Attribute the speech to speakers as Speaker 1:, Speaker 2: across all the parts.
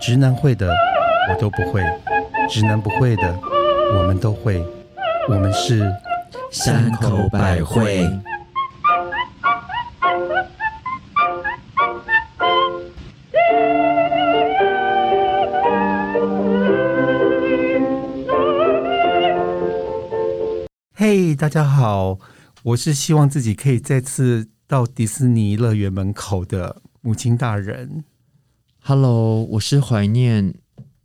Speaker 1: 直男会的我都不会，直男不会的我们都会，我们是
Speaker 2: 山口百惠。
Speaker 1: 嘿大家好，我是希望自己可以再次到迪士尼乐园门口的母亲大人。
Speaker 2: Hello，我是怀念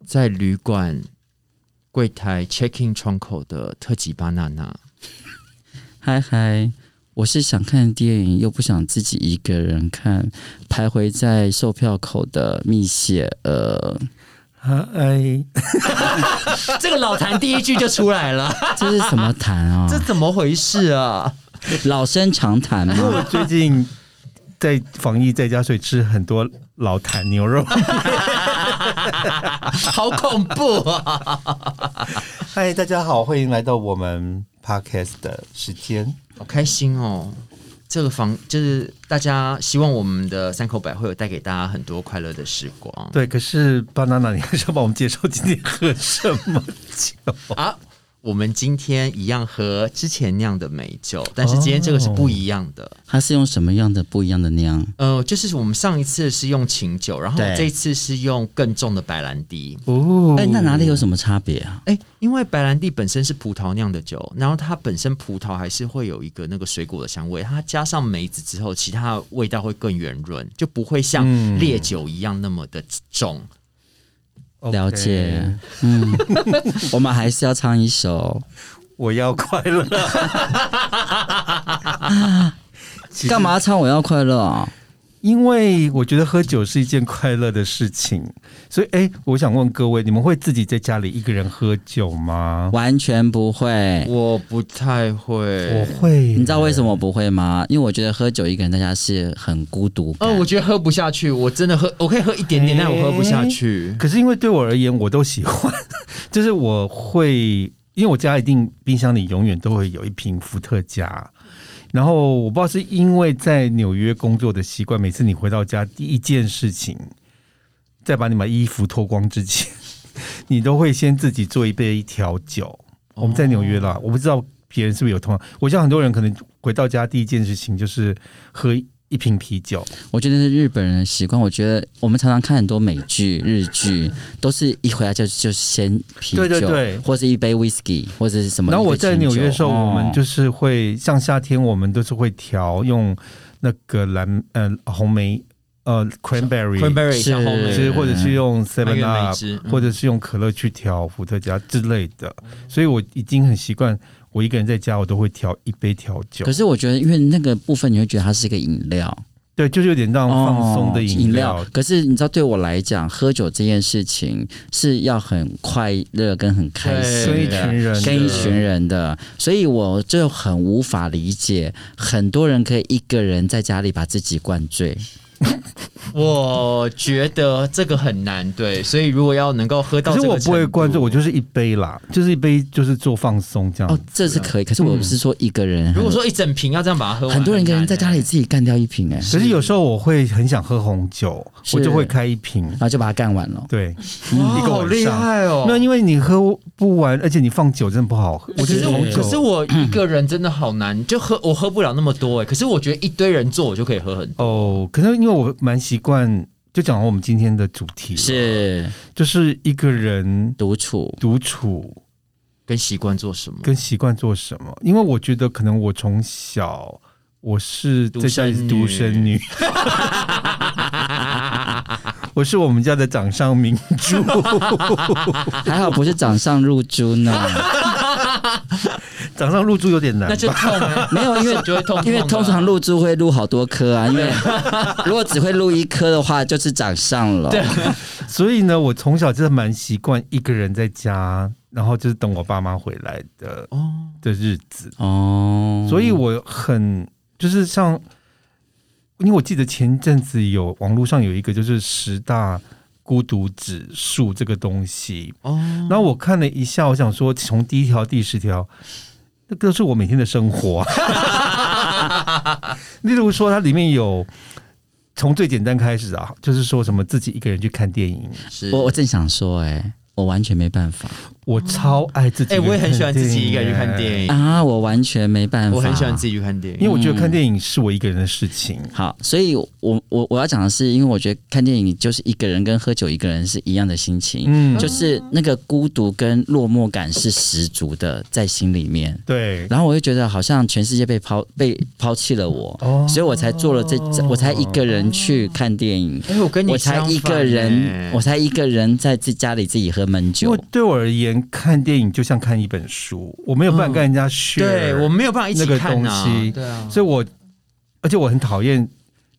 Speaker 2: 在旅馆柜台 check in 窗口的特级巴娜娜。
Speaker 3: 嗨嗨，我是想看电影又不想自己一个人看，徘徊在售票口的呃蜜雪儿，
Speaker 1: 啊哎，
Speaker 2: 这个老谭第一句就出来了，
Speaker 3: 这是什么谈啊？
Speaker 2: 这怎么回事 啊？
Speaker 3: 老生常谈
Speaker 1: 因为我
Speaker 3: 吗？
Speaker 1: 最近在防疫在家，所以吃很多老坛牛肉。
Speaker 2: 好恐怖啊！
Speaker 1: 嗨，大家好，欢迎来到我们 podcast 的时间。
Speaker 2: 好开心哦！这个房就是大家希望我们的三口百惠有带给大家很多快乐的时光
Speaker 1: 对，可是 banana，你还是要帮我们介绍今天喝什么酒？
Speaker 2: 啊。我们今天一样喝之前酿的美酒，但是今天这个是不一样的。
Speaker 3: 它是用什么样的不一样的酿？
Speaker 2: 呃，就是我们上一次是用琴酒，然后
Speaker 3: 对
Speaker 2: 这一次是用更重的白兰地。
Speaker 1: 哦
Speaker 3: 哎、那哪里有什么差别啊？
Speaker 2: 哎，因为白兰地本身是葡萄酿的酒，然后它本身葡萄还是会有一个那个水果的香味，它加上梅子之后，其他的味道会更圆润，就不会像
Speaker 1: 嗯
Speaker 2: 烈酒一样那么的重。
Speaker 3: 了解，嗯， 我们还是要唱一首，
Speaker 1: 我要快乐。其实
Speaker 3: 干嘛要唱我要快乐啊？
Speaker 1: 因为我觉得喝酒是一件快乐的事情，所以哎、我想问各位，你们会自己在家里一个人喝酒吗？
Speaker 3: 完全不会。
Speaker 2: 我不太会
Speaker 1: 我会，
Speaker 3: 你知道为什么我不会吗？因为我觉得喝酒一个人在家是很孤独感。
Speaker 2: 哦，我觉得喝不下去，我真的喝，我可以喝一点点，但我喝不下去。
Speaker 1: 可是因为对我而言，我都喜欢， 就是我会，因为我家一定冰箱里永远都会有一瓶伏特加。然后我不知道是因为在纽约工作的习惯，每次你回到家第一件事情，在把你把衣服脱光之前， 你都会先自己做一杯调酒。我们在纽约啦，我不知道别人是不是有同样，我像很多人可能回到家第一件事情就是喝一瓶啤酒。
Speaker 3: 我觉得是日本人的习惯。我觉得我们常常看很多美剧、日剧，都是一回来就就先啤酒，
Speaker 1: 对对对
Speaker 3: 或是一杯 whisky，或者是什么。
Speaker 1: 然后我在纽约的时候，
Speaker 3: 一杯清酒哦
Speaker 1: 我们就是会像夏天，我们都是会调用那个蓝呃红莓呃 cranberry，
Speaker 2: Cranberry
Speaker 3: 是
Speaker 2: 小红
Speaker 1: 其
Speaker 2: 莓
Speaker 1: 实或者是用
Speaker 2: 蔓
Speaker 1: seven
Speaker 2: 越莓
Speaker 1: up，
Speaker 2: 汁，嗯
Speaker 1: 或者是用可乐去调伏特加之类的。所以我已经很习惯，我一个人在家，我都会调一杯调酒
Speaker 3: 可。是我觉得，因为那个部分你会觉得它是一个饮料，
Speaker 1: 对，就是有点让放松的
Speaker 3: 哦
Speaker 1: 饮料。
Speaker 3: 可是你知道，对我来讲，喝酒这件事情是要很快乐跟很开
Speaker 1: 跟
Speaker 3: 心
Speaker 2: 对
Speaker 1: 一
Speaker 3: 的。
Speaker 1: 群人，
Speaker 3: 跟一群人的，所以我就很无法理解，很多人可以一个人在家里把自己灌醉。
Speaker 2: 我觉得这个很难对，所以如果要能够喝到
Speaker 1: 可
Speaker 2: 这
Speaker 1: 是
Speaker 2: 个
Speaker 1: 我
Speaker 2: 程度，
Speaker 1: 不会灌醉，我就是一杯啦，就是一杯，就是做放松这样
Speaker 3: 哦
Speaker 2: 嗯
Speaker 1: 子。，
Speaker 3: 这是
Speaker 2: 啊
Speaker 3: 可以，可是我不是说一个人很。
Speaker 2: 如果嗯说一整瓶要这样把它喝完，
Speaker 3: 很多人一个人在家里
Speaker 2: 很难欸。
Speaker 3: 自己干掉一瓶、哎，
Speaker 1: 可是有时候我会很想喝红酒，我
Speaker 3: 是
Speaker 1: 就会开一瓶。
Speaker 3: 然后就把它干完了。
Speaker 1: 对，
Speaker 2: 哇
Speaker 1: 嗯一个晚上
Speaker 2: 好厉害哦！
Speaker 1: 没有，因为你喝不完，而且你放酒真的不好喝。我
Speaker 2: 可
Speaker 1: 觉
Speaker 2: 是
Speaker 1: 得
Speaker 2: 我
Speaker 1: 红，酒，
Speaker 2: 可是我一个人真的好难，就喝我喝不了那么多哎、可是我觉得一堆人做我就可以喝很多。
Speaker 1: 哦，可是因为我蛮习惯，就讲完我们今天的主题，
Speaker 3: 是
Speaker 1: 就是一个人
Speaker 3: 独处，
Speaker 1: 独处
Speaker 2: 跟习惯做什么？
Speaker 1: 跟习惯做什么。因为我觉得可能我从小我是在家里是独
Speaker 2: 独
Speaker 1: 生
Speaker 2: 生
Speaker 1: 女，我是我们家的掌上明 珠。
Speaker 2: 啊
Speaker 3: 还好不是掌上露珠 呢，
Speaker 1: 掌上入珠有点难
Speaker 2: 那就
Speaker 1: 吧？
Speaker 2: 痛、啊，
Speaker 3: 没 有，因为
Speaker 2: 就会痛痛的啊
Speaker 3: 因为通常露珠会露好多颗啊，因为如果只会露一颗的话，就是掌上了。
Speaker 1: 所以呢，我从小真的蛮习惯一个人在家，然后就是等我爸妈回来的
Speaker 2: 哦，
Speaker 1: 的日子。
Speaker 3: 哦，
Speaker 1: 所以我很就是像，因为我记得前阵子有网络上有一个就是十大孤独指数这个东西，
Speaker 2: 哦，
Speaker 1: 然后我看了一下，我想说从第一条第十条，那个是我 每天的生活。例如说，它里面有从最简单开始啊，就是说什么自己一个人去看电影，
Speaker 2: 是
Speaker 3: 我我正想说、哎，我完全没办法
Speaker 1: 我超爱自己。
Speaker 2: 哎、我也很喜欢自己一个人去看电
Speaker 1: 影，
Speaker 2: 影，
Speaker 3: 啊，我完全没办
Speaker 2: 哎
Speaker 3: 法。
Speaker 2: 我很喜欢自己去看电影，
Speaker 1: 因为我觉得看电影是我一个人的事情。
Speaker 3: 好，所以我我我要讲的是，因为我觉得看电影就是一个人跟喝酒一个人是一样的心情，
Speaker 1: 嗯，
Speaker 3: 就是那个孤独跟落寞感是十足的在心里面。
Speaker 1: 对，
Speaker 3: 然后我就觉得好像全世界被抛被抛弃了我，
Speaker 1: 哦
Speaker 3: 所以我才做了这，我才一个人去看电影，
Speaker 2: 哎、我跟你欸
Speaker 3: 我才一个
Speaker 1: 欸
Speaker 3: 人，我
Speaker 2: 我
Speaker 3: 才一个人在自家里自己喝闷
Speaker 1: 因
Speaker 3: 酒
Speaker 1: 为。对我而言，看电影就像看一本书，我没有办法跟人家学、
Speaker 2: 对我没有办法一起
Speaker 1: 那个
Speaker 2: 看啊，
Speaker 1: 东西
Speaker 2: 对啊，
Speaker 1: 所以我而且我很讨厌，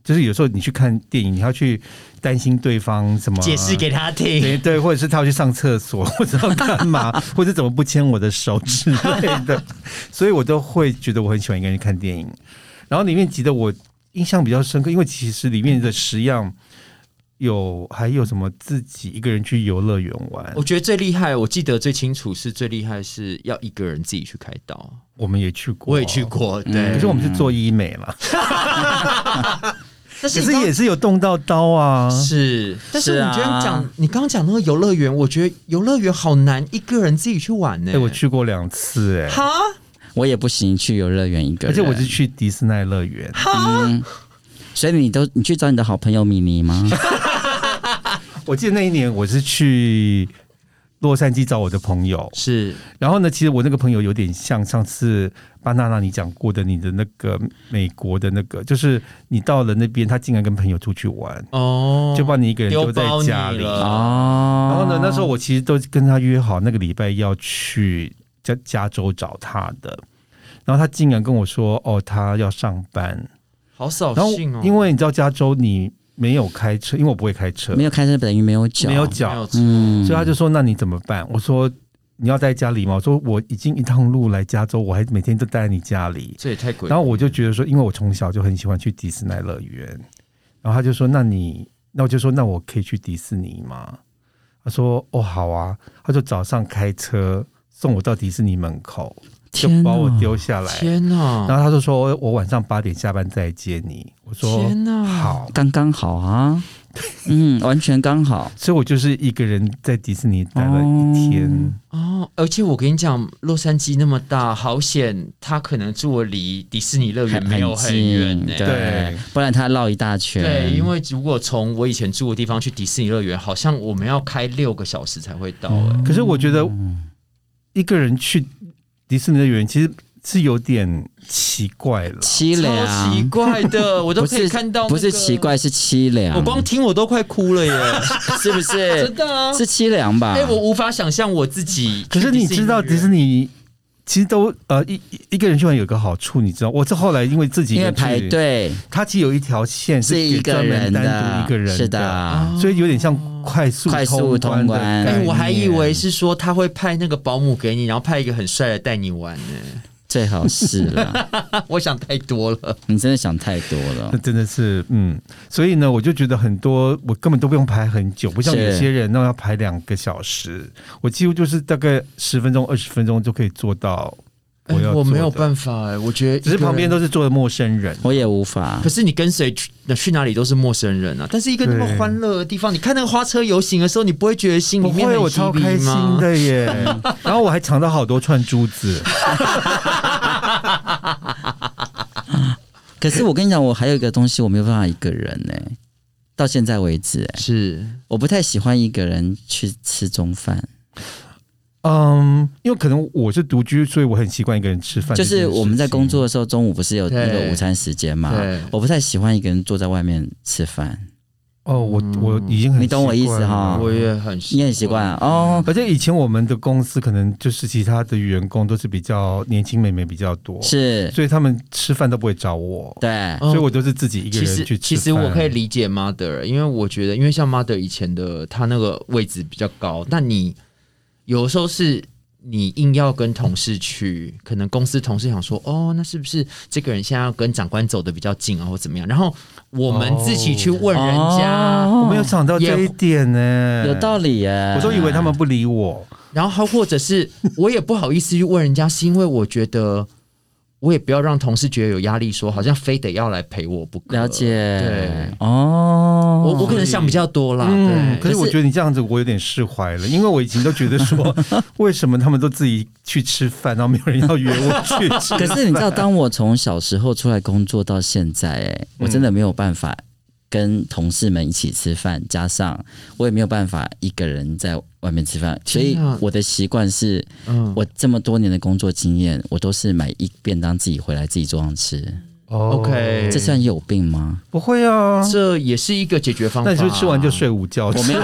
Speaker 1: 就是有时候你去看电影，你要去担心对方什么啊
Speaker 2: 解释给他 听。
Speaker 1: 对对，或者是他要去上厕所， 或者要干嘛，或者怎么不牵我的手之类的，所以我都会觉得我很喜欢一个人去看电影。然后里面记得我印象比较深刻，因为其实里面的十样有还有什么自己一个人去游乐园玩
Speaker 2: 我，觉得最厉害，我记得最清楚是最厉害是要一个人自己去开刀，
Speaker 1: 我们也去过，哎
Speaker 2: 我也去，过，嗯对，
Speaker 1: 可是我们是做医美嘛，
Speaker 2: 但
Speaker 1: 可
Speaker 2: 你
Speaker 1: 是
Speaker 2: 刚
Speaker 1: 也是有动到刀啊。
Speaker 2: 是，但是
Speaker 3: 是
Speaker 2: 你
Speaker 3: 啊
Speaker 2: 刚刚讲，你刚刚讲那个游乐园，我觉得游乐园好难一个人自己去玩呢、
Speaker 1: 哎，我去过两次哎、
Speaker 2: 哈，
Speaker 3: 我也不行去游乐园一个
Speaker 1: 而
Speaker 3: 人，
Speaker 1: 且我是去迪士尼乐园，
Speaker 3: 嗯，所以你都你去找你的好朋友米妮 吗？
Speaker 1: 我记得那一年我是去洛杉矶找我的朋友，
Speaker 2: 是
Speaker 1: 然后呢，其实我那个朋友有点像上次巴娜娜你讲过的，你的那个美国的那个，就是你到了那边，他竟然跟朋友出去玩，
Speaker 2: 哦，
Speaker 1: 就把你一个人
Speaker 2: 丢
Speaker 1: 丢在
Speaker 2: 包你
Speaker 1: 家里。
Speaker 2: 了
Speaker 3: 哦，
Speaker 1: 然后呢，那时候我其实都跟他约好那个礼拜要去加加州找他的，然后他竟然跟我说：“哦，他要上班。
Speaker 2: 好”扫
Speaker 1: 然后
Speaker 2: 兴哦，
Speaker 1: 因为你知道加州你没有开车，因为我不会开车，
Speaker 2: 嗯
Speaker 3: 没有开车等于没有脚，
Speaker 1: 没有
Speaker 2: 没有
Speaker 1: 脚，
Speaker 3: 嗯，
Speaker 1: 所以他就说：“那你怎么办？”我说：“你要在家里吗？”我说：“我已经一趟路来加州，我还每天都待在你家里。”
Speaker 2: 这也太鬼了。
Speaker 1: 然后我就觉得说，因为我从小就很喜欢去迪士尼乐园，然后他就说：“那你，那我就说，那我可以去迪士尼吗？”他说：“哦，好啊。”他就早上开车送我到迪士尼门口，就
Speaker 3: 天
Speaker 1: 把我
Speaker 3: 哪
Speaker 1: 丢下来。
Speaker 2: 天
Speaker 1: 然
Speaker 2: 哪，
Speaker 1: 后他就说：“我晚上八点下班再接你。”我说
Speaker 2: 天：“哪，
Speaker 1: 好。
Speaker 3: 刚刚好啊，嗯，完全刚好”。
Speaker 1: 所以，我就是一个人在迪士尼待了一天。
Speaker 2: 哦！而且我跟你讲，洛杉矶那么大，好险，他可能住离迪士尼乐园没有很远
Speaker 3: 近，
Speaker 2: 呢、
Speaker 3: 对，不然他绕一大圈。
Speaker 2: 对，因为如果从我以前住的地方去迪士尼乐园，好像我们要开六个小时才会到、哎、
Speaker 1: 可是，我觉得一个人去迪士尼乐园其实是有点奇怪了。
Speaker 3: 凄
Speaker 2: 超奇
Speaker 3: 凉，
Speaker 2: 怪 的，我都
Speaker 3: 不
Speaker 2: 可以
Speaker 3: 是
Speaker 2: 看到、
Speaker 3: 不是奇，怪，是凄凉。
Speaker 2: 我光听我都快哭 了耶，
Speaker 3: 是不
Speaker 2: 真
Speaker 3: 是
Speaker 2: 的啊！
Speaker 3: 是凄凉吧？
Speaker 2: 哎、我无法想象我自 己。
Speaker 1: 可是你知道迪士
Speaker 2: 尼
Speaker 1: 尼其实都呃一一一个人去玩有个好处，你知道，我是后来因为自己一
Speaker 3: 因
Speaker 1: 个
Speaker 3: 为
Speaker 1: 人去
Speaker 3: 排，队
Speaker 1: 它其实有一条线
Speaker 3: 是
Speaker 1: 给
Speaker 3: 一个
Speaker 1: 专门
Speaker 3: 人
Speaker 1: 单
Speaker 3: 的，
Speaker 1: 独一个人
Speaker 3: 是
Speaker 1: 的，
Speaker 3: 的，
Speaker 1: 所以有点像快速
Speaker 3: 快速
Speaker 1: 通
Speaker 3: 通
Speaker 1: 的
Speaker 3: 关
Speaker 1: 概
Speaker 2: 乐园？
Speaker 1: 念
Speaker 2: 哎，我还以为是说他会派那个保姆给你，然后派一个很帅的带你玩呢、
Speaker 3: 最好是了。
Speaker 2: 我想太多了。
Speaker 3: 你真的想太多了
Speaker 1: 那。真的是嗯，所以呢，我就觉得很多我根本都不用排很久，不像
Speaker 3: 是
Speaker 1: 有些人那要排两个小时，我几乎就是大概十分钟、二十分钟就可以做到
Speaker 2: 哎
Speaker 1: 要
Speaker 2: 我
Speaker 1: 做
Speaker 2: 没有
Speaker 1: 的，
Speaker 2: 办法哎、我觉得
Speaker 1: 只是旁边
Speaker 2: 都。
Speaker 1: 都是坐的陌生人。
Speaker 3: 我也无法
Speaker 2: 可，是你跟谁去去哪里都是陌生人啊！但是一个那么
Speaker 1: 对
Speaker 2: 欢乐的地方，你看那个花车游行的时候，你不会觉得心里
Speaker 1: 不
Speaker 2: 面
Speaker 1: 会，
Speaker 2: 很
Speaker 1: 我超
Speaker 2: heavy
Speaker 1: 开心
Speaker 2: 吗
Speaker 1: 的 耶！然后我还尝到好多串珠子，
Speaker 3: 可是我跟你讲，我还有一个东西我没有办法一个人呢、到现在为止、哎
Speaker 2: 是
Speaker 3: 我不太喜欢一个人去吃中饭，
Speaker 1: 嗯，因为可能我是独居，所以我很习惯一个人吃饭
Speaker 3: 就
Speaker 1: 这件事情。
Speaker 3: 是我们在工作的时候，中午不是有那
Speaker 2: 对
Speaker 3: 个午餐时间嘛
Speaker 2: 对？
Speaker 3: 我不太喜欢一个人坐在外面吃饭，
Speaker 1: 哦，我
Speaker 2: 嗯
Speaker 1: 我已经很
Speaker 3: 你懂我意
Speaker 1: 习
Speaker 3: 思哈
Speaker 1: 惯了
Speaker 2: 我也很，
Speaker 3: 你很习惯啊
Speaker 2: 嗯
Speaker 3: 哦。
Speaker 1: 而且以前我们的公司可能就是其他的员工都是比较年轻妹妹比较多，
Speaker 3: 是，
Speaker 1: 所以他们吃饭都不会找我，
Speaker 3: 对，
Speaker 2: 哦
Speaker 1: 所以我都是自己一个
Speaker 2: 其
Speaker 1: 人
Speaker 2: 实
Speaker 1: 去吃饭。
Speaker 2: 其实我可以理解 mother，因为我觉得，因为像 mother 以前的他那个位置比较高，但你有的时候是你硬要跟同事去，可能公司同事想说，哦，那是不是这个人现在要跟长官走的比较近啊，或怎么样？然后我们自己去问哦人家，
Speaker 1: 哦我没有
Speaker 3: 有
Speaker 1: 想到这一点呢，
Speaker 3: 哦有道理啊耶、
Speaker 1: 我都以为他们不理我，
Speaker 2: 然后或者是我也不好意思去问人家，是因为我觉得我也不要让同事觉得有压力说好像非得要来陪我不可。
Speaker 3: 了解，
Speaker 2: 对，
Speaker 3: 哦，
Speaker 2: 我我可能想比较多啦，
Speaker 1: 嗯，
Speaker 2: 对，
Speaker 1: 可是我觉得你这样子，我有点释怀 了，因为我以前都觉得 说，为什么他们都自己去吃饭，然后没有人要约我去吃？
Speaker 3: 可是你知道，当我从小时候出来工作到现在、哎，我真
Speaker 2: 嗯
Speaker 3: 的没有办法跟同事们一起吃饭，加上我也没有办法一个人在外面吃饭，所以
Speaker 2: 天啊
Speaker 3: 我的习惯是
Speaker 2: 嗯，
Speaker 3: 我这么多年的工作经验，我都是买一便当自己回来自己桌上吃，
Speaker 1: 哦
Speaker 2: OK
Speaker 3: 这算有病吗？
Speaker 1: 不会啊，
Speaker 2: 这也是一个解决方法。
Speaker 1: 那你就吃完就睡午觉。我没有，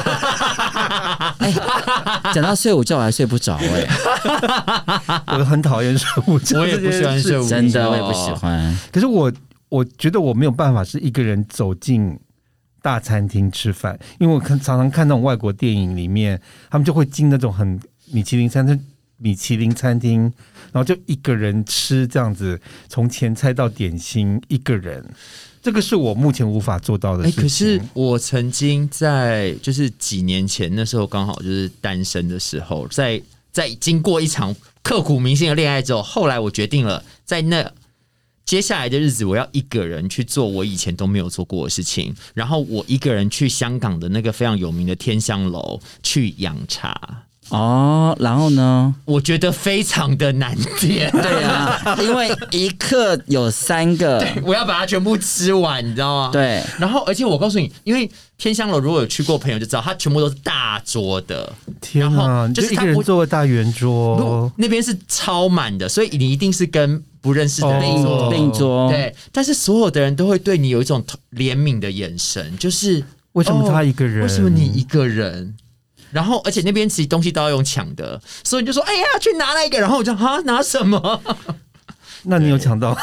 Speaker 3: 讲到睡午觉，我还睡不着、 哎，
Speaker 1: 我很讨厌睡午觉，
Speaker 2: 我也不喜欢睡午觉
Speaker 3: 真的我也不喜欢。
Speaker 1: 可是我我觉得我没有办法是一个人走进大餐厅吃饭，因为我看常常看那种外国电影里面，他们就会进那种很米其林餐厅。米其林餐厅，然后就一个人吃这样子，从前菜到点心，一个人，这个是我目前无法做到的
Speaker 2: 哎、
Speaker 1: 事情。
Speaker 2: 可是我曾经在就是几年前，那时候刚好就是单身的时候，在在经过一场刻骨铭心的恋爱之后，后来我决定了，在那接下来的日子，我要一个人去做我以前都没有做过的事情。然后我一个人去香港的那个非常有名的天香楼去养茶，
Speaker 3: 哦，然后呢？
Speaker 2: 我觉得非常的难点。
Speaker 3: 对啊，因为一克有三个，
Speaker 2: 我要把它全部吃完，你知道吗？。
Speaker 3: 对，
Speaker 2: 然后，而且我告诉你，因为天香楼如果有去过朋友就知道，它全部都是大桌的，
Speaker 1: 天
Speaker 2: 然
Speaker 1: 啊，
Speaker 2: 后
Speaker 1: 你
Speaker 2: 就
Speaker 1: 就是一
Speaker 2: 他
Speaker 1: 个人
Speaker 2: 不
Speaker 1: 做个大圆桌，
Speaker 2: 那边是超满的，所以你一定是跟不认识的人
Speaker 1: 哦
Speaker 3: 并
Speaker 2: 坐。
Speaker 3: 并桌，
Speaker 2: 对，但是所有的人都会对你有一种怜悯的眼神，就是哦
Speaker 1: 为什么他一个人？
Speaker 2: 为什么你一个人？然后，而且那边其实东西都要用抢的，所以你就说：“哎呀，去拿那个。”然后我就哈拿什 么？
Speaker 1: 那你有抢到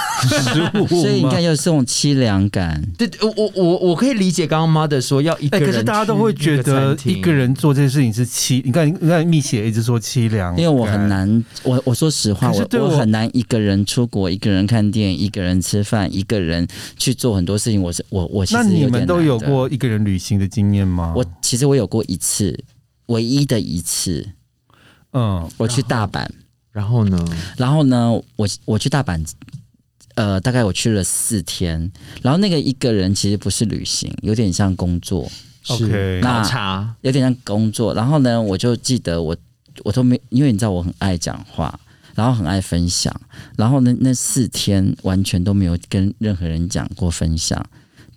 Speaker 1: 食物吗？
Speaker 3: 所以你看，有这种凄凉感。
Speaker 2: 对，我我我我可以理解刚刚妈的说要一个
Speaker 1: 哎、
Speaker 2: 人、
Speaker 1: 可是大家都会觉得一个，人做这件事情是凄，你看，你看蜜雪一直说凄凉，
Speaker 3: 因为我很。难，我我说实话，
Speaker 1: 可是
Speaker 3: 我
Speaker 1: 对我
Speaker 3: 很难一个人出国，一个人看电影，一个人吃饭，一个人去做很多事情。我是我我其
Speaker 1: 那
Speaker 3: 实
Speaker 1: 你
Speaker 3: 点
Speaker 1: 们
Speaker 3: 难
Speaker 1: 都有
Speaker 3: 的？
Speaker 1: 过一个人旅行的经验吗？
Speaker 3: 我其实我有过一次，唯一的一次，
Speaker 1: 嗯，
Speaker 3: 我去大阪，
Speaker 2: 然后呢？
Speaker 3: 然后呢，我我去大阪，呃，大概我去了四天，然后那个一个人其实不是旅行，有点像工作，
Speaker 2: 是
Speaker 1: OK
Speaker 2: 倒茶，
Speaker 3: 有点像工作。然后呢，我就记得我我都没，因为你知道我很爱讲话，然后很爱分享，然后呢那四天完全都没有跟任何人讲过分享，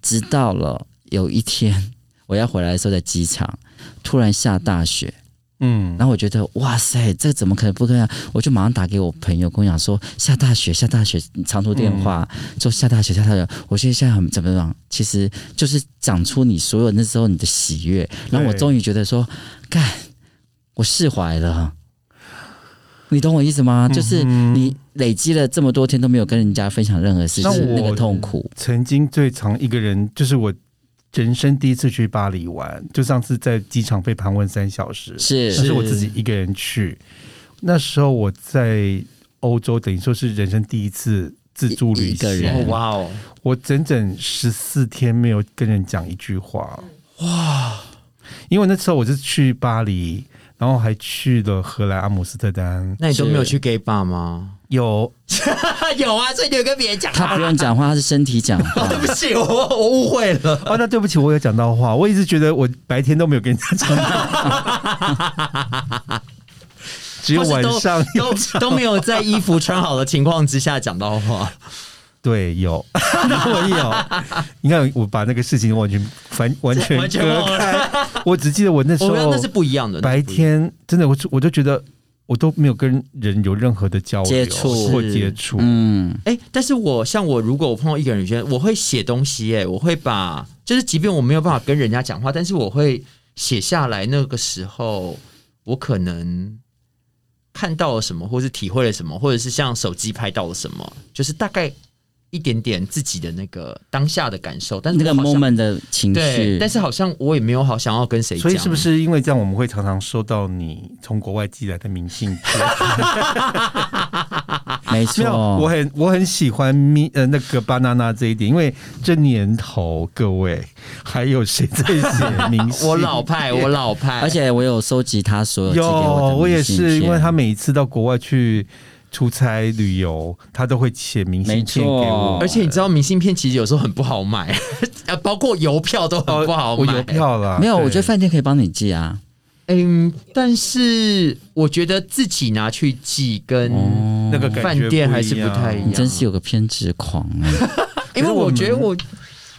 Speaker 3: 直到了有一天我要回来的时候，在机场突然下大雪，
Speaker 1: 嗯，
Speaker 3: 然后我觉得哇塞，这怎么可能不跟啊？我就马上打给我朋友，跟我讲说下大雪，下大雪，长途电话、说下大雪，下大雪。我现在现在很怎么样？其实就是讲出你所有那时候你的喜悦，然后我
Speaker 1: 对
Speaker 3: 终于觉得说，干，我释怀了。你懂我意思吗？就是你累积了这么多天都没有跟人家分享任何事情，
Speaker 1: 那
Speaker 3: 就是那个
Speaker 1: 我
Speaker 3: 痛苦。
Speaker 1: 曾经最长一个人就是我人生第一次去巴黎玩，就上次在机场被盘问三小时，
Speaker 3: 是
Speaker 1: 那是我自己一个人去。那时候我在欧洲，等于说是人生第一次自助
Speaker 3: 一
Speaker 1: 旅
Speaker 3: 一个人
Speaker 2: 哦
Speaker 1: 行，
Speaker 2: 哇哦，
Speaker 1: 我整整十四天没有跟人讲一句话。哇！因为那时候我是去巴黎，然后还去了荷兰阿姆斯特丹，
Speaker 2: 那你都没有
Speaker 3: 是
Speaker 2: 去 gay bar 吗？
Speaker 1: 有
Speaker 2: 有啊，所以你有跟别人讲
Speaker 3: 他不用讲话，他是身体讲 话。
Speaker 2: 对不起，我我误会了。
Speaker 1: 哦，那对不起，我有讲到话，我一直觉得我白天都没有跟人家讲到话， 只有晚上
Speaker 2: 都都都没有在衣服穿好的情况之下讲到话。
Speaker 1: 对有， 我有。你看，我把那个事情完全完完全
Speaker 2: 完全
Speaker 1: 割
Speaker 2: 忘了
Speaker 1: 开，我只记得我那时
Speaker 2: 我
Speaker 1: 候
Speaker 2: 觉得那是不一样的。那
Speaker 1: 白
Speaker 2: 是不一样
Speaker 1: 天真的，我就我就觉得我都没有跟人有任何的交流
Speaker 3: 接触
Speaker 1: 或
Speaker 2: 是
Speaker 1: 接触。
Speaker 3: 嗯，
Speaker 2: 的，哎、但是我像我，如果我碰到一个人旅行，我会写东西、哎，我会把，就是即便我没有办法跟人家讲话，但是我会写下来。那个时候，我可能看到了什么，或是体会了什么，或者是像手机拍到了什么，就是大概一点点自己的那个当下的感受。但是
Speaker 3: 那个
Speaker 2: 我好像
Speaker 3: moment 的情
Speaker 2: 对，
Speaker 3: 绪
Speaker 2: 但，是好像我也没有好想要跟谁讲，
Speaker 1: 所以是不是因为这样，我们会常常收到你从国外寄来的明信片？
Speaker 3: 没
Speaker 1: 没
Speaker 3: 错，
Speaker 1: 有，我很我很喜欢咪呃那个 banana 这一点，因为这年头各位还有谁在写明信？
Speaker 2: 我老派，我老派，
Speaker 3: 而且我有收集他所有寄给
Speaker 1: 有，
Speaker 3: 我的
Speaker 1: 我也
Speaker 3: 明信
Speaker 1: 是，因为
Speaker 3: 片
Speaker 1: 他每一次到国外去。出差旅游，他都会写明信片给
Speaker 3: 没错
Speaker 1: 我，
Speaker 2: 而且你知道明信片其实有时候很不好买，呃， 包括邮票都很不好
Speaker 1: 哦我
Speaker 2: 买。
Speaker 1: 邮票啦，
Speaker 3: 没有，我觉
Speaker 1: 对
Speaker 3: 得饭店可以帮你寄啊。
Speaker 2: 嗯，但是我觉得自己拿去寄跟
Speaker 3: 哦，
Speaker 1: 那个感觉
Speaker 2: 饭店还是不太
Speaker 1: 样
Speaker 2: 一样。
Speaker 3: 你真是有个偏执狂啊！
Speaker 2: 因
Speaker 1: 可
Speaker 2: 为
Speaker 1: 是我
Speaker 2: 我
Speaker 1: 们
Speaker 2: 觉得我，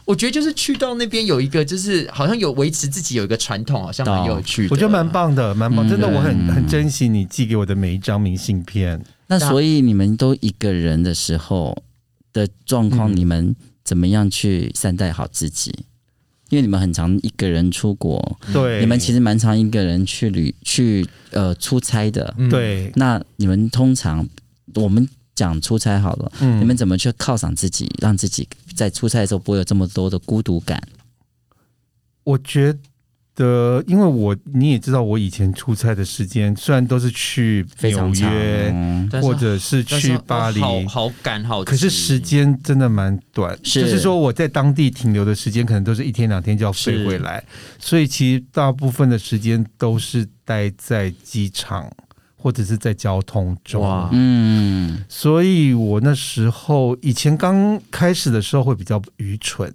Speaker 2: 我觉得就是去到那边有一个，就是好像有维持自己有一个传统，好像蛮有
Speaker 3: 哦
Speaker 2: 趣的。
Speaker 1: 我觉得蛮。棒的，蛮棒，
Speaker 3: 嗯
Speaker 1: 真的，我很
Speaker 3: 对
Speaker 1: 很珍惜你寄给我的每一张明信片。
Speaker 3: 那所以你们都一个人的时候的状况，
Speaker 1: 嗯
Speaker 3: 你们怎么样去善待好自己？因为你们很常一个人出国，
Speaker 1: 对，
Speaker 3: 嗯你们其实蛮常一个人去旅去呃出差的。
Speaker 2: 嗯，
Speaker 1: 对，
Speaker 3: 那你们通常我们讲出差好了，
Speaker 1: 嗯
Speaker 3: 你们怎么去犒赏自己，让自己在出差的时候不会有这么多的孤独感？
Speaker 1: 我觉得，因为我你也知道，我以前出差的时间虽然都是去
Speaker 3: 非
Speaker 1: 纽
Speaker 3: 常长，
Speaker 1: 约
Speaker 3: 嗯
Speaker 2: 但是
Speaker 1: 或者是
Speaker 2: 但是
Speaker 1: 去巴黎，
Speaker 2: 好好赶好急，
Speaker 1: 可是时间真的蛮短，
Speaker 3: 是
Speaker 1: 就是说我在当地停留的时间可能都是一天两天就要飞回来，所以其实大部分的时间都是待在机场或者是在交通中。
Speaker 2: 哇，
Speaker 3: 嗯，
Speaker 1: 所以我那时候以前刚开始的时候会比较愚蠢，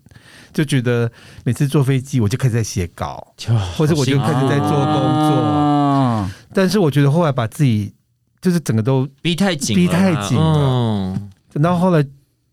Speaker 1: 就觉得每次坐飞机我就开始在写稿，
Speaker 2: 就
Speaker 1: 或者我就开始在做工作，
Speaker 3: 哦
Speaker 1: 但是我觉得后来把自己就是整个都，
Speaker 2: 逼太紧，
Speaker 1: 逼太紧了
Speaker 2: 嗯，
Speaker 1: 然后后来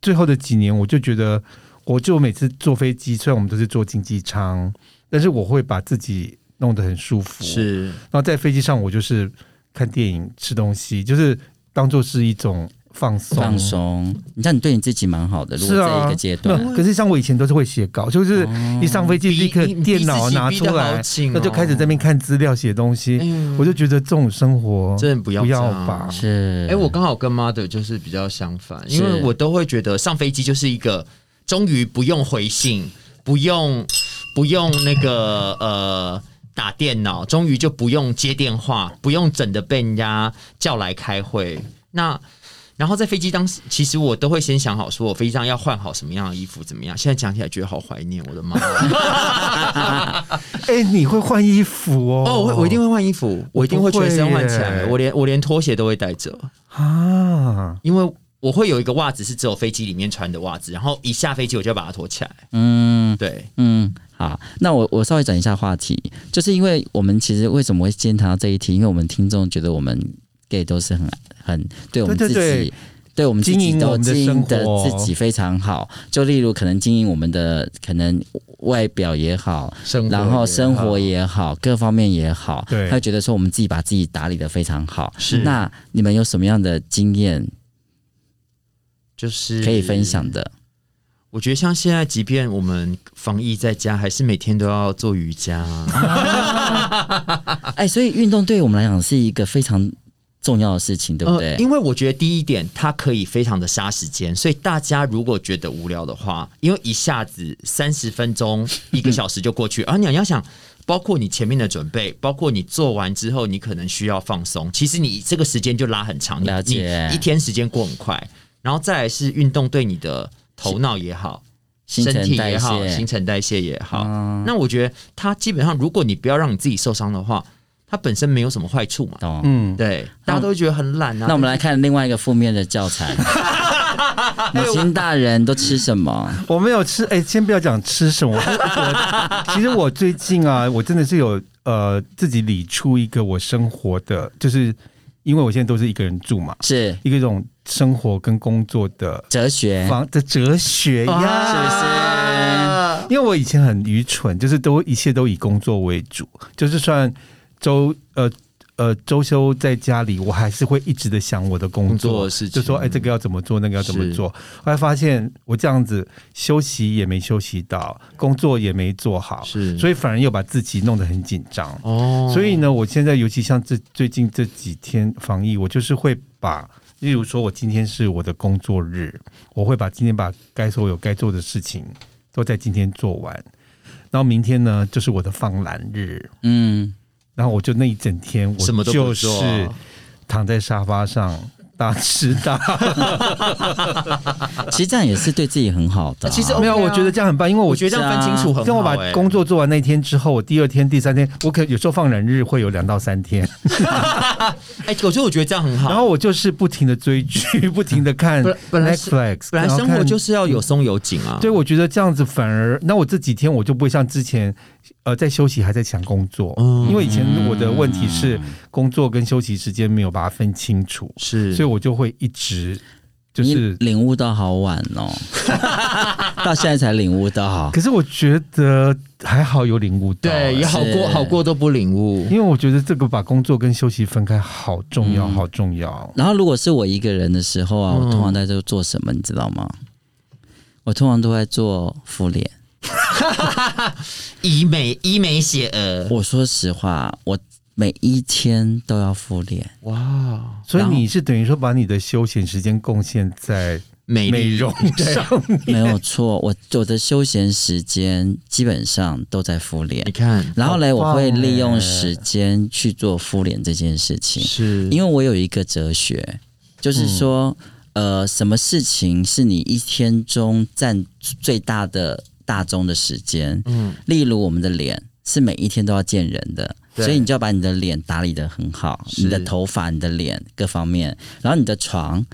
Speaker 1: 最后的几年，我就觉得，我就每次坐飞机，虽然我们都是坐经济舱，但是我会把自己弄得很舒服，，
Speaker 2: 是
Speaker 1: 然后在飞机上我就是看电影、吃东西，就是当做是一种放松，
Speaker 3: 放松。你看，你对你自己蛮好的，如果
Speaker 1: 是啊
Speaker 3: 在一个阶
Speaker 1: 没
Speaker 3: 段，
Speaker 1: 有，可是像我以前都是会写稿，就是
Speaker 2: 哦
Speaker 1: 一上飞机立刻
Speaker 2: 逼你
Speaker 1: 电脑啊拿出来，，那就开
Speaker 2: 哦
Speaker 1: 始在那边看资料、写东西。
Speaker 2: 边
Speaker 1: 我就觉得这种生活
Speaker 2: 哎嗯真的不要
Speaker 1: 嗯不要
Speaker 2: 这样
Speaker 1: 吧
Speaker 3: 是
Speaker 2: 哎、我刚好跟 mother 就是比较相反，因为
Speaker 3: 是
Speaker 2: 我都会觉得上飞机就是一个终于不用回信，不用不用那个呃打电脑，终于就不用接电话，不用整的被人家叫来开会。那然后在飞机当时，其实我都会先想好，说我飞机上要换好什么样的衣服，怎么样。现在讲起来觉得好怀念，我的妈！
Speaker 1: 哎、你会换衣服哦？
Speaker 2: 哦，我会我一定会换衣服，我一定会全身换起
Speaker 1: 我不会
Speaker 2: 来，
Speaker 1: 耶
Speaker 2: 我连我连拖鞋都会带着。
Speaker 1: 啊！
Speaker 2: 因为我会有一个袜子是只有飞机里面穿的袜子，然后一下飞机我就把它脱起来。
Speaker 3: 嗯
Speaker 2: 对，
Speaker 3: 嗯，好，那我我稍微转一下话题，就是因为我们其实为什么会今天谈到这一题，因为我们听众觉得我们 gay 都是很很对我们
Speaker 1: 对
Speaker 3: 自己。
Speaker 1: 对对
Speaker 3: 对我们自己
Speaker 1: 经营我
Speaker 3: 都
Speaker 1: 们的
Speaker 3: 经营的
Speaker 1: 生活
Speaker 3: 自己非常好，就例如可能经营我们的可能外表也好，
Speaker 2: 生
Speaker 3: 然后生活也好，各方面也好，
Speaker 1: 对
Speaker 3: 他会觉得说我们自己把自己打理的非常好。
Speaker 2: 是
Speaker 3: 那你们有什么样的经验
Speaker 2: 就是
Speaker 3: 可以分。享的？
Speaker 2: 我觉得像现在，即便我们防疫在家，还是每天都要做瑜伽。啊
Speaker 3: 哎，所以运动对于我们来讲是一个非常重要的事情，对不对？
Speaker 2: 呃？因为我觉得第一点，它可以非常的杀时间，所以大家如果觉得无聊的话，因为一下子三十分钟、一个小时就 过去，而你要想。包括你前面的准备，包括你做完之后，你可能需要放松。其实你这个时间就拉很长，你
Speaker 3: 了解
Speaker 2: 你一天时间过很快。然后再来是运动对你的头脑也好，
Speaker 3: 新
Speaker 2: 身
Speaker 3: 陈
Speaker 2: 体
Speaker 3: 代
Speaker 2: 也好，
Speaker 3: 谢嗯
Speaker 2: 新陈代谢也好。那我觉得它基本上，如果你不要让你自己受伤的话，它本身没有什么坏处嘛。
Speaker 3: 懂。
Speaker 1: 嗯，
Speaker 2: 对，大家都会觉得很懒啊。
Speaker 3: 那我们来看另外一个负面的教 材，
Speaker 2: 哎
Speaker 3: 母亲大人都吃 什么？
Speaker 1: 我没有吃，哎、先不要讲吃什么。我我 其实我最近啊，我真的是有呃自己理出一个我生活的，就是因为我现在都是一个人住嘛，
Speaker 3: 是
Speaker 1: 一个种生活跟工作的
Speaker 3: 哲学，
Speaker 1: 方的哲学呀，
Speaker 3: 是不是？
Speaker 1: 因为我以前很愚蠢，就是都一切都以工作为主，就是算周呃呃周休在家里，我还是会一直的想我的工
Speaker 2: 工作
Speaker 1: 作
Speaker 2: 的事
Speaker 1: 就
Speaker 2: 情
Speaker 1: 说哎这个要怎么做，那个要怎么
Speaker 2: 是
Speaker 1: 做。后来发现我这样子休息也没休息到，工作也没做好，
Speaker 2: 是
Speaker 1: 所以反而又把自己弄得很紧张。
Speaker 2: 哦
Speaker 1: 所以呢，我现在尤其像这最近这几天防疫，我就是会把，例如说，我今天是我的工作日，我会把今天把该所有该做的事情都在今天做完，然后明天呢就是我的放懒日，
Speaker 3: 嗯，
Speaker 1: 然后我就那一整天我
Speaker 2: 什么都不
Speaker 1: 就
Speaker 2: 做
Speaker 1: 是躺在沙发上大吃大
Speaker 3: 其实这样也是对自己很好的啊、
Speaker 2: 其实
Speaker 1: 喝。 没有，
Speaker 2: OK 啊
Speaker 1: 我觉得这哎样很棒，因为我
Speaker 2: 我觉得这样分清楚很好、
Speaker 1: 像我把
Speaker 2: 欸
Speaker 1: 工作做完那天之后，我第二天、第三天，我可有时候放两日会有两到三天，
Speaker 2: 哎、我觉得我觉得这样很好。
Speaker 1: 然后我就是不停的追剧， 不停的看
Speaker 2: 本本来是
Speaker 1: Netflix，。
Speaker 2: 本来生活就是是要有松有紧啊。
Speaker 1: 对，我觉得这样子反而，那我这几天我就不会像之前，呃，在休息还在想工作，
Speaker 2: 嗯
Speaker 1: 因为以前我的问题是工作跟休息时间没有把它分清楚，
Speaker 2: 是，
Speaker 1: 所以我就会一直就
Speaker 3: 你
Speaker 1: 是。
Speaker 3: 领悟到好晚 哦，到现在才领悟到。
Speaker 1: 可是我觉得还好有领悟到、
Speaker 2: 对，
Speaker 1: 欸
Speaker 2: 也好过
Speaker 3: 是
Speaker 2: 好过都不领悟
Speaker 1: 因。为我觉得这个把工作跟休息分开好重
Speaker 2: 嗯
Speaker 1: 要，好重要。
Speaker 3: 然后如果是我一个人的时候啊，
Speaker 1: 嗯
Speaker 3: 我通常在这做什么，你知道吗？我通常都在做敷脸。
Speaker 2: 医美医美写呃，
Speaker 3: 我说实话，我每一天都要敷 脸，
Speaker 2: 哇，
Speaker 1: 所以
Speaker 3: 然后
Speaker 1: 你是等于说把你的休闲时间贡献在
Speaker 2: 美
Speaker 1: 美
Speaker 2: 丽
Speaker 1: 容上，
Speaker 3: 没有错。我我的休闲时间基本上都在敷脸
Speaker 2: 你，看
Speaker 3: 然后嘞，
Speaker 1: 好棒欸
Speaker 3: 我会利
Speaker 1: 耶
Speaker 3: 用时间去做敷脸这件事情。
Speaker 2: 是，嗯
Speaker 3: 因为我有一个哲学，就是说，呃，什么事情是你一天中占最大的大宗的时间？
Speaker 2: 嗯
Speaker 3: 例如我们的脸是每一天都要见人的，
Speaker 2: 对
Speaker 3: 所以你就要把你的脸打理得很好，
Speaker 2: 是
Speaker 3: 你的头发、你的脸各方面，然后你的床。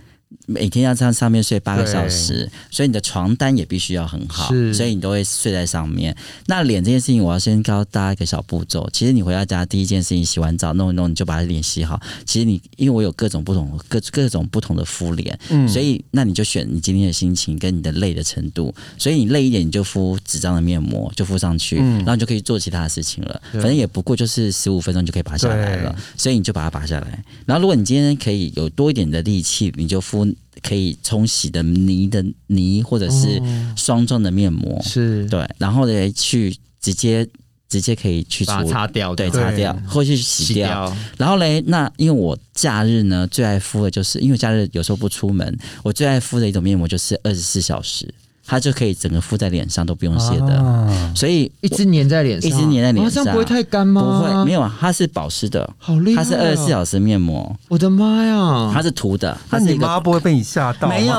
Speaker 3: 每天要在上面睡八个小时，所以你的床单也必须要很好，
Speaker 2: 是
Speaker 3: 所以你都会睡在上面。那脸这件事情，我要先告诉大家一个小步骤。其实你回到家第一件事情，洗完澡弄一弄，你就把脸洗好。其实你因为我有各种不同各各种不同的敷脸，
Speaker 1: 嗯
Speaker 3: 所以那你就选你今天的心情跟你的累的程度，所以你累一点你就敷纸张的面膜就敷上去，
Speaker 1: 嗯
Speaker 3: 然后你就可以做其他的事情了。
Speaker 2: 对
Speaker 3: 反正也不过就是十五分钟就可以拔下来了，所以你就把它拔下来。然后如果你今天可以有多一点的力气，你就敷可以冲洗的泥的泥或者是
Speaker 2: 哦
Speaker 3: 霜状的面膜，
Speaker 2: 是
Speaker 3: 对，然后呢去直接直接可以去除
Speaker 2: 把。它擦掉，
Speaker 3: 对，
Speaker 1: 对
Speaker 3: 擦掉或是去洗
Speaker 2: 洗
Speaker 3: 掉，
Speaker 2: 掉，
Speaker 3: 然后嘞，那因为我假日呢最爱敷的就是，因为假日有时候不出门，我最爱敷的一种面膜就是二十四小时，它就可以整个敷在脸上都不用卸的，
Speaker 1: 啊
Speaker 3: 所以
Speaker 2: 一直粘在脸上，
Speaker 3: 一直粘在脸
Speaker 2: 啊这样
Speaker 3: 上
Speaker 2: 不会太干
Speaker 3: 不
Speaker 2: 吗？
Speaker 3: 会没有啊，它是保湿的，
Speaker 2: 好厉害、
Speaker 3: 它是
Speaker 1: 哎
Speaker 3: 二十四，小时面膜，
Speaker 2: 我的妈呀！
Speaker 3: 它是涂的，
Speaker 1: 那
Speaker 3: 它是
Speaker 1: 你
Speaker 3: 一个。
Speaker 1: 妈不会被你吓到吗
Speaker 3: 没有？，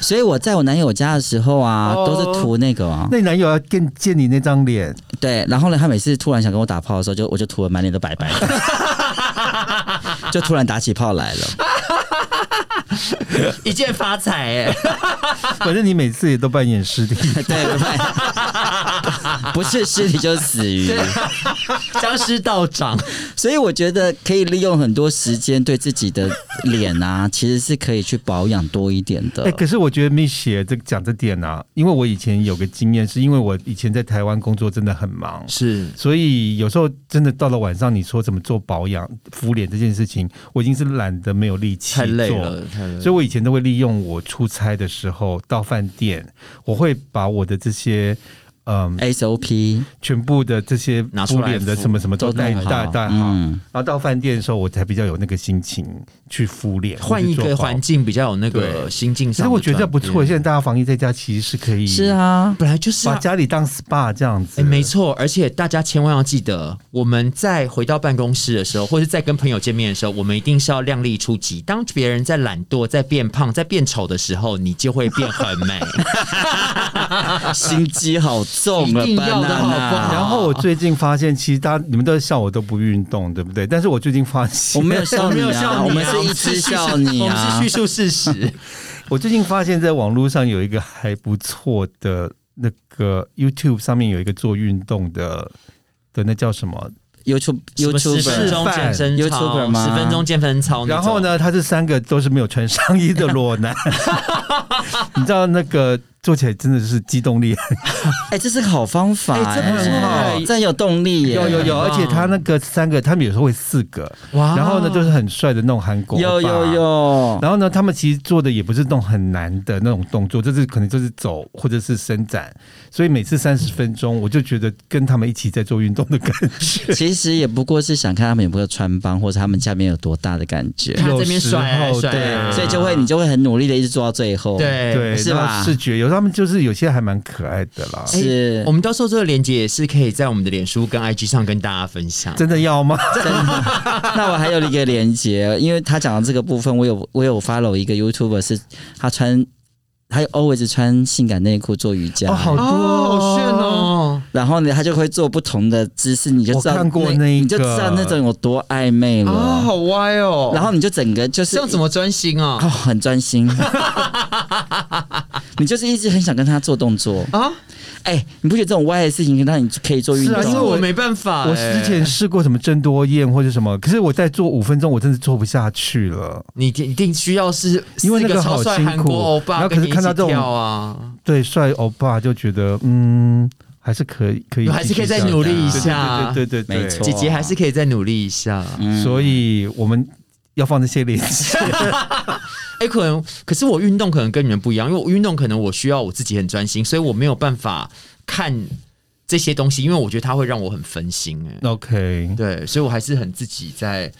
Speaker 3: 所以我在我男友家的时候啊，
Speaker 1: 哦
Speaker 3: 都是涂那个啊，
Speaker 1: 那你男友要见见你那张脸，
Speaker 3: 对。然后呢，他每次突然想跟我打炮的时候，就我就涂了满脸都白白的， 就突然打起泡来了。
Speaker 2: 一键发财哎、
Speaker 1: 反正你每次也都扮演尸 体。
Speaker 3: 对，不不是尸体就是死鱼，
Speaker 2: 僵尸道长，
Speaker 3: 所以我觉得可以利用很多时间对自己的脸啊， 其实是可以去保养多一点的
Speaker 1: 哎、。可是我觉得 m i s s 这个讲这点啊，因为我以前有个经验，是因为我以前在台湾工作真的很忙，
Speaker 2: 是
Speaker 1: 所以有时候真的到了晚上，你说怎么做保养、敷脸这件事情，我已经是懒得没有力气
Speaker 2: 太累
Speaker 1: 做
Speaker 2: 了，太累了。
Speaker 1: 所以我以前都会利用我出差的时候到饭店，我会把我的这些嗯
Speaker 3: SOP
Speaker 1: 全部的这些
Speaker 2: 拿出
Speaker 1: 敷
Speaker 2: 来
Speaker 1: 脸的
Speaker 2: 敷
Speaker 1: 什么什么都
Speaker 3: 都
Speaker 1: 带
Speaker 3: 弄好
Speaker 1: 带带好，
Speaker 3: 嗯
Speaker 1: 然后到饭店的时候，我才比较有那个心情去敷脸，
Speaker 2: 换一
Speaker 1: 或者
Speaker 2: 个
Speaker 1: 做保
Speaker 2: 环。境比较有那个
Speaker 1: 对
Speaker 2: 心境
Speaker 1: 其实
Speaker 2: 上的转变。
Speaker 1: 我觉得不错，现在大家防疫在家其实是可以
Speaker 3: 是，啊，
Speaker 2: 本来就是、
Speaker 1: 把
Speaker 2: 啊。
Speaker 1: 家里当 SPA 这样
Speaker 2: 哎、
Speaker 1: 子，
Speaker 2: 没错，而且大家千万要记得，我们在回到办公室的时候，或是在跟朋友见面的时候，我们一定是要量力出击。当别人在懒惰、在变胖、在变丑的时候，你就会变很 美。
Speaker 3: 心机好重啊，
Speaker 2: 一定要的好不好
Speaker 3: banana
Speaker 1: 然后我最近发现，其实大家你们都笑我都不运动，对不对？但是我最近发现，
Speaker 3: 我没有笑你啊，我
Speaker 2: 我
Speaker 3: 们
Speaker 2: 们是
Speaker 3: 是一直笑你
Speaker 2: 我
Speaker 3: 啊
Speaker 2: 们是。叙述事实。
Speaker 1: 我最近发现，在网络上有一个还不错的那个 YouTube 上面有一个做运动的的那叫什么？
Speaker 3: YouTube
Speaker 2: 什么十
Speaker 3: YouTube
Speaker 2: 分钟健身操，
Speaker 3: YouTuber 吗
Speaker 2: 十分钟健身操。
Speaker 1: 然后？呢，他这三个都是没有穿上衣的裸 男，你知道那个做起来真的是机动力很
Speaker 3: 哎，这是个好方法，
Speaker 2: 哎这不
Speaker 3: 哎
Speaker 2: 错
Speaker 3: 这样有动力耶，
Speaker 1: 有有有，而且他那个三个，他们有时候会四个，
Speaker 2: 哇
Speaker 1: 然后呢都是很帅的那种韩国，
Speaker 3: 有有。有，
Speaker 1: 然后呢，他们其实做的也不是那种很难的那种动作，就是可能就是走或者是伸展，所以每次三十分钟，我就觉得跟他们一起在做运动的感觉。
Speaker 3: 其实也不过是想看他们有没有穿帮，或者他们下面有多大的感觉，
Speaker 2: 他这边甩啊
Speaker 1: 有时候
Speaker 2: 甩啊，
Speaker 1: 对
Speaker 3: 所以就会你就会很努力的一直做到最后。，
Speaker 2: 对
Speaker 1: 嗯对，
Speaker 3: 是
Speaker 1: 那
Speaker 3: 吧
Speaker 1: 视觉有时他们就是有些还蛮可爱的啦。
Speaker 3: 是
Speaker 2: 我们到时候这个链接也是可以在我们的脸书跟 IG 上跟大家分享。
Speaker 1: 真的要 吗？
Speaker 3: 那我还有一个连接，因为他讲的这个部分，我有我有 follow 一个 YouTuber，是他穿，他 always 穿性感内裤做瑜伽，
Speaker 1: 哦，好多
Speaker 2: 哦，好炫
Speaker 1: 哦！
Speaker 2: 哦！
Speaker 3: 然后呢，他就会做不同的姿势，你就知道
Speaker 1: 我看过那一个
Speaker 3: 你就知道那种有多暧昧了。
Speaker 2: 啊，好歪哦！
Speaker 3: 然后你就整个就是
Speaker 2: 这样怎么专心
Speaker 3: 哦，
Speaker 2: 啊？
Speaker 3: 很 专心，你就是一直很想跟他做动作。
Speaker 2: 啊，
Speaker 3: 哎、你不觉得这种歪的事情让你可以做运
Speaker 1: 是啊
Speaker 3: 动？
Speaker 1: 因为
Speaker 2: 我没办法、
Speaker 1: 我
Speaker 2: 哎
Speaker 1: 之前试过什么郑多燕或者什么，可是我再做五分钟，我真的做不下去了。
Speaker 2: 你一定需要是
Speaker 1: 因为那个
Speaker 2: 四个
Speaker 1: 好
Speaker 2: 超帅
Speaker 1: 辛
Speaker 2: 韩
Speaker 1: 苦
Speaker 2: 国欧
Speaker 1: 然
Speaker 2: 巴
Speaker 1: 后
Speaker 2: 跟
Speaker 1: 可
Speaker 2: 你
Speaker 1: 是
Speaker 2: 一
Speaker 1: 看到
Speaker 2: 起
Speaker 1: 这种
Speaker 2: 跳啊，
Speaker 1: 对，帅欧巴就觉得嗯，还是可以，可以，
Speaker 2: 还是可以再
Speaker 1: 继续
Speaker 2: 努力一
Speaker 1: 下去
Speaker 2: 下。
Speaker 1: 对对对对对，
Speaker 3: 没错
Speaker 2: 姐姐还是可以再努力一下。
Speaker 3: 嗯
Speaker 1: 所以我们要放那些链接，
Speaker 2: 哎、可能可是我运动可能跟你们不一样，因为我运动可能我需要我自己很专心，所以我没有办法看这些东西，因为我觉得它会让我很分心、哎，
Speaker 1: OK，
Speaker 2: 对，所以我还是很自己在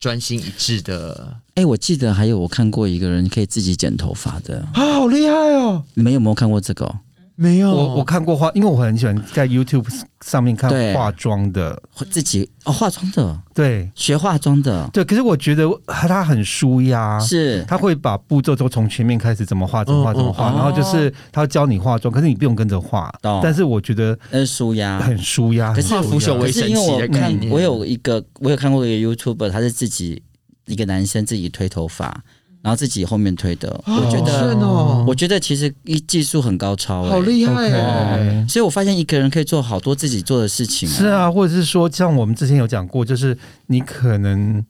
Speaker 2: 专心一致的。
Speaker 3: 哎、我记得还有我看过一个人可以自己剪头发的，
Speaker 2: 啊，好厉害哦！
Speaker 3: 你们有没有看过这个哦？
Speaker 2: 没有，
Speaker 1: 我我看过化，因为我很喜欢在 YouTube 上面看
Speaker 3: 对
Speaker 1: 化妆的，
Speaker 3: 会自己哦，化妆的，
Speaker 1: 对
Speaker 3: 学化妆的，
Speaker 1: 对。可是我觉得他很舒
Speaker 2: 啊
Speaker 1: 压，
Speaker 3: 是
Speaker 1: 他会把步骤都从前面开始怎么化，怎么化，
Speaker 2: 嗯
Speaker 1: 怎么化，
Speaker 2: 嗯
Speaker 1: 然后就是他教你化妆，可是你不用跟着化
Speaker 3: 懂，
Speaker 1: 但是我觉得
Speaker 3: 那是呃舒压。
Speaker 1: 很舒压，
Speaker 3: 啊可是
Speaker 1: 很
Speaker 2: 化腐朽
Speaker 1: 压
Speaker 2: 为
Speaker 3: 可是因为
Speaker 2: 神
Speaker 3: 我
Speaker 2: 奇的概
Speaker 3: 看
Speaker 2: 念
Speaker 3: 我有一个我有看过一个 YouTuber，他是自己一个男生自己推头发，然后自己后面推的。我觉
Speaker 2: 啊好
Speaker 3: 得、
Speaker 2: 炫哦
Speaker 3: 我觉得其实一技术很高超、欸，
Speaker 2: 好厉害哦！
Speaker 1: OK
Speaker 3: 所以我发现一个人可以做好多自己做的事情、
Speaker 1: 是，啊，或者是说，像我们之前有讲过，就是你可能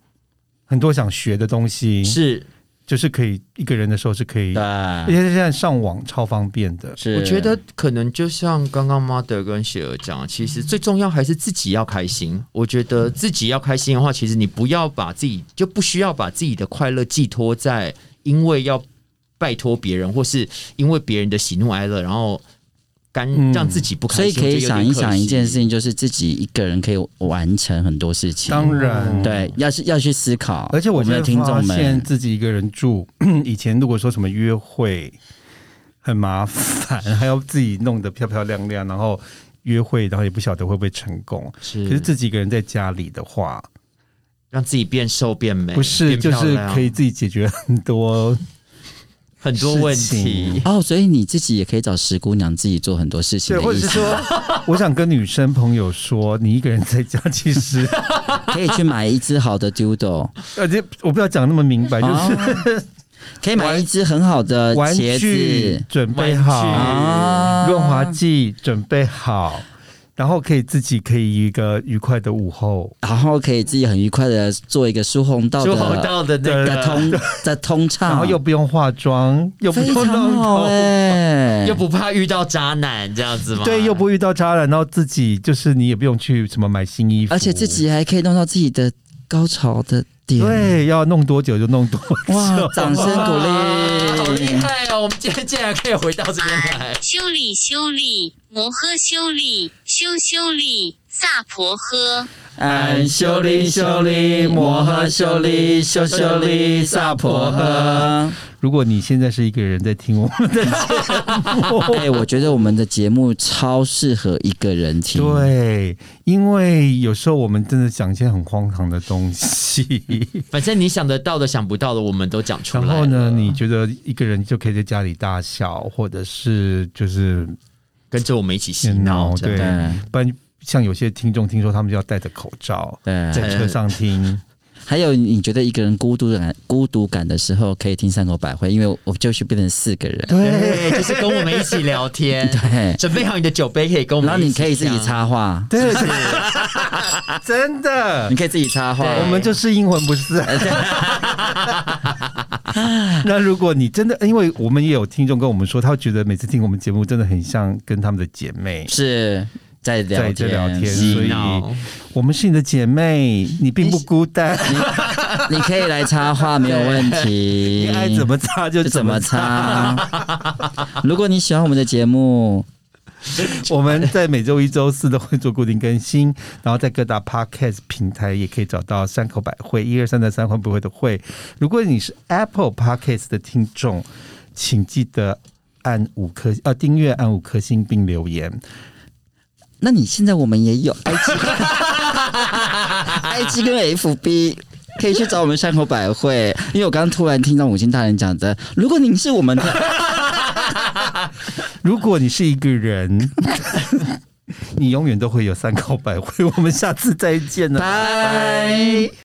Speaker 1: 很多想学的东西，
Speaker 2: 是，
Speaker 1: 就是可以一个人的时候是可以，而且
Speaker 3: 对，
Speaker 1: 现在上网超方便的。
Speaker 3: 是。
Speaker 2: 啊我觉得可能就像刚刚 mother 跟雪儿讲，其实最重要还是自己要开心。我觉得自己要开心的话，其实你不要把自己就不需要把自己的快乐寄托在因为要拜托别人，或是因为别人的喜怒哀乐，然后干
Speaker 1: 嗯
Speaker 2: 让自己不
Speaker 3: 所
Speaker 2: 开
Speaker 3: 以
Speaker 2: 心。
Speaker 3: 可以
Speaker 2: 我觉得
Speaker 3: 想
Speaker 2: 有点
Speaker 3: 一
Speaker 2: 可
Speaker 3: 想一件
Speaker 2: 惜
Speaker 3: 事，情，就是自己一个人可以完成很多事情。
Speaker 1: 当然，
Speaker 3: 嗯对，要是要去思考。
Speaker 1: 而且我
Speaker 3: 我
Speaker 1: 觉
Speaker 3: 们
Speaker 1: 得
Speaker 3: 的听
Speaker 1: 发
Speaker 3: 众
Speaker 1: 现
Speaker 3: 们，
Speaker 1: 自己一个人住， 以前如果说什么约会很麻烦，还要自己弄得漂漂亮亮，然后约会，然后也不晓得会不会成功。
Speaker 3: 嗯
Speaker 1: 可是
Speaker 2: 是
Speaker 1: 自己一个人在家里的话，
Speaker 2: 让自己变瘦变美，
Speaker 1: 不是
Speaker 2: 变
Speaker 1: 就
Speaker 2: 漂
Speaker 1: 是
Speaker 2: 亮
Speaker 1: 可以自己解决很多
Speaker 2: 很多问
Speaker 1: 事
Speaker 2: 题
Speaker 1: 情。
Speaker 3: 哦，所以你自己也可以找石姑娘自己做很多事情
Speaker 1: 对，
Speaker 3: 的
Speaker 1: 或者
Speaker 3: 意
Speaker 1: 是
Speaker 3: 思，
Speaker 1: 说， 我想跟女生朋友说，你一个人在家，其实
Speaker 3: 可以去买一只好的 doodle，
Speaker 1: 而且我不要讲那么明白，就是
Speaker 3: 哦可以买一只很好的
Speaker 1: 玩
Speaker 3: 茄
Speaker 1: 具
Speaker 3: 子
Speaker 1: 准备
Speaker 2: 玩具
Speaker 1: 好，
Speaker 3: 啊
Speaker 1: 润滑剂准备好，然后可以自己可以一个愉快的午后。
Speaker 3: 然后可以自己很愉快的做一个疏洪道
Speaker 2: 朱红
Speaker 3: 的
Speaker 2: 道的那
Speaker 3: 的
Speaker 2: 个，
Speaker 3: 通的通畅，
Speaker 1: 然后又不用化妆，又不
Speaker 3: 啊非
Speaker 1: 用
Speaker 3: 常
Speaker 1: 弄
Speaker 3: 好
Speaker 1: 头，
Speaker 3: 哎、
Speaker 2: 又不怕遇到渣男这样子吗？
Speaker 1: 对，又不遇到渣男，然后自己就是你也不用去什么买新衣服，
Speaker 3: 而且自己还可以弄到自己的高潮的点，
Speaker 1: 对要弄多久就弄多
Speaker 3: 哇
Speaker 1: 久，，
Speaker 3: 掌声鼓
Speaker 2: 哇好厉
Speaker 3: 励！
Speaker 2: 害哦！我们今天竟然可以回到这边来，
Speaker 4: 修理修理，摩诃修理，修修理，萨婆诃。
Speaker 3: 俺修理修理，摩诃修理，修修理，萨婆诃。
Speaker 1: 如果你现在是一个人在听我们的
Speaker 3: 哎、我觉得我们的节目超适合一个人听。，
Speaker 1: 对，因为有时候我们真的讲一些很荒唐的东西，
Speaker 2: 反正你想得到的、想不到的，我们都讲 出来
Speaker 1: 然
Speaker 2: 了。
Speaker 1: 后呢，你觉得一个人就可以在家里大笑，或者是就是
Speaker 2: 跟着我们一起洗
Speaker 3: 嗯
Speaker 2: 脑，
Speaker 3: 哦
Speaker 2: 这
Speaker 1: 对
Speaker 2: 样
Speaker 3: 对，
Speaker 1: 不然像有些听众听说他们就要戴着口罩
Speaker 3: 对。
Speaker 1: 在车上 听，
Speaker 3: 还有，你觉得一个人孤独感孤独感的时候，可以听山口百惠，因为我就是变成四个人。
Speaker 2: 对，就是跟我们一起聊天。
Speaker 3: 对，
Speaker 2: 准备好你的酒杯，可以跟我们。
Speaker 3: 然后你可以自己。插话，
Speaker 1: 对，真的
Speaker 3: 你，可以自己插话。
Speaker 1: 我
Speaker 2: 哎
Speaker 1: 们就是阴魂不 散。那如果你真的，因为我们也有听众跟我们说，他觉得每次听我们节目真的很像跟他们的姐妹，
Speaker 3: 是在聊
Speaker 1: 在
Speaker 3: 天，
Speaker 1: 在聊天所
Speaker 3: 是
Speaker 2: 洗
Speaker 1: 以哎
Speaker 2: 脑，
Speaker 1: 我们是你的姐妹，你并不孤单，
Speaker 3: 你可以来插话，没有问题。
Speaker 1: 你爱怎么擦哎就
Speaker 3: 就怎
Speaker 1: 怎么
Speaker 3: 么
Speaker 1: 擦。
Speaker 3: 擦。如果你喜欢我们的节目，
Speaker 1: 我们在每周一、周四都会做固定更新，然后在各大 podcast 平台也可以找到山口百惠一二三的三会不会的会。如果你是 Apple podcast 的听众，请记得。按五颗呃订阅按五颗星并留言。
Speaker 3: 那你现在我们也有 IG，IG 跟 FB。可以去找我们山口百惠，因为我刚刚突然听到母亲大人讲的，如果您是我们的，
Speaker 1: 如果你是一个 人，你永远都会有三口百惠。我们下次再见了，
Speaker 3: 拜。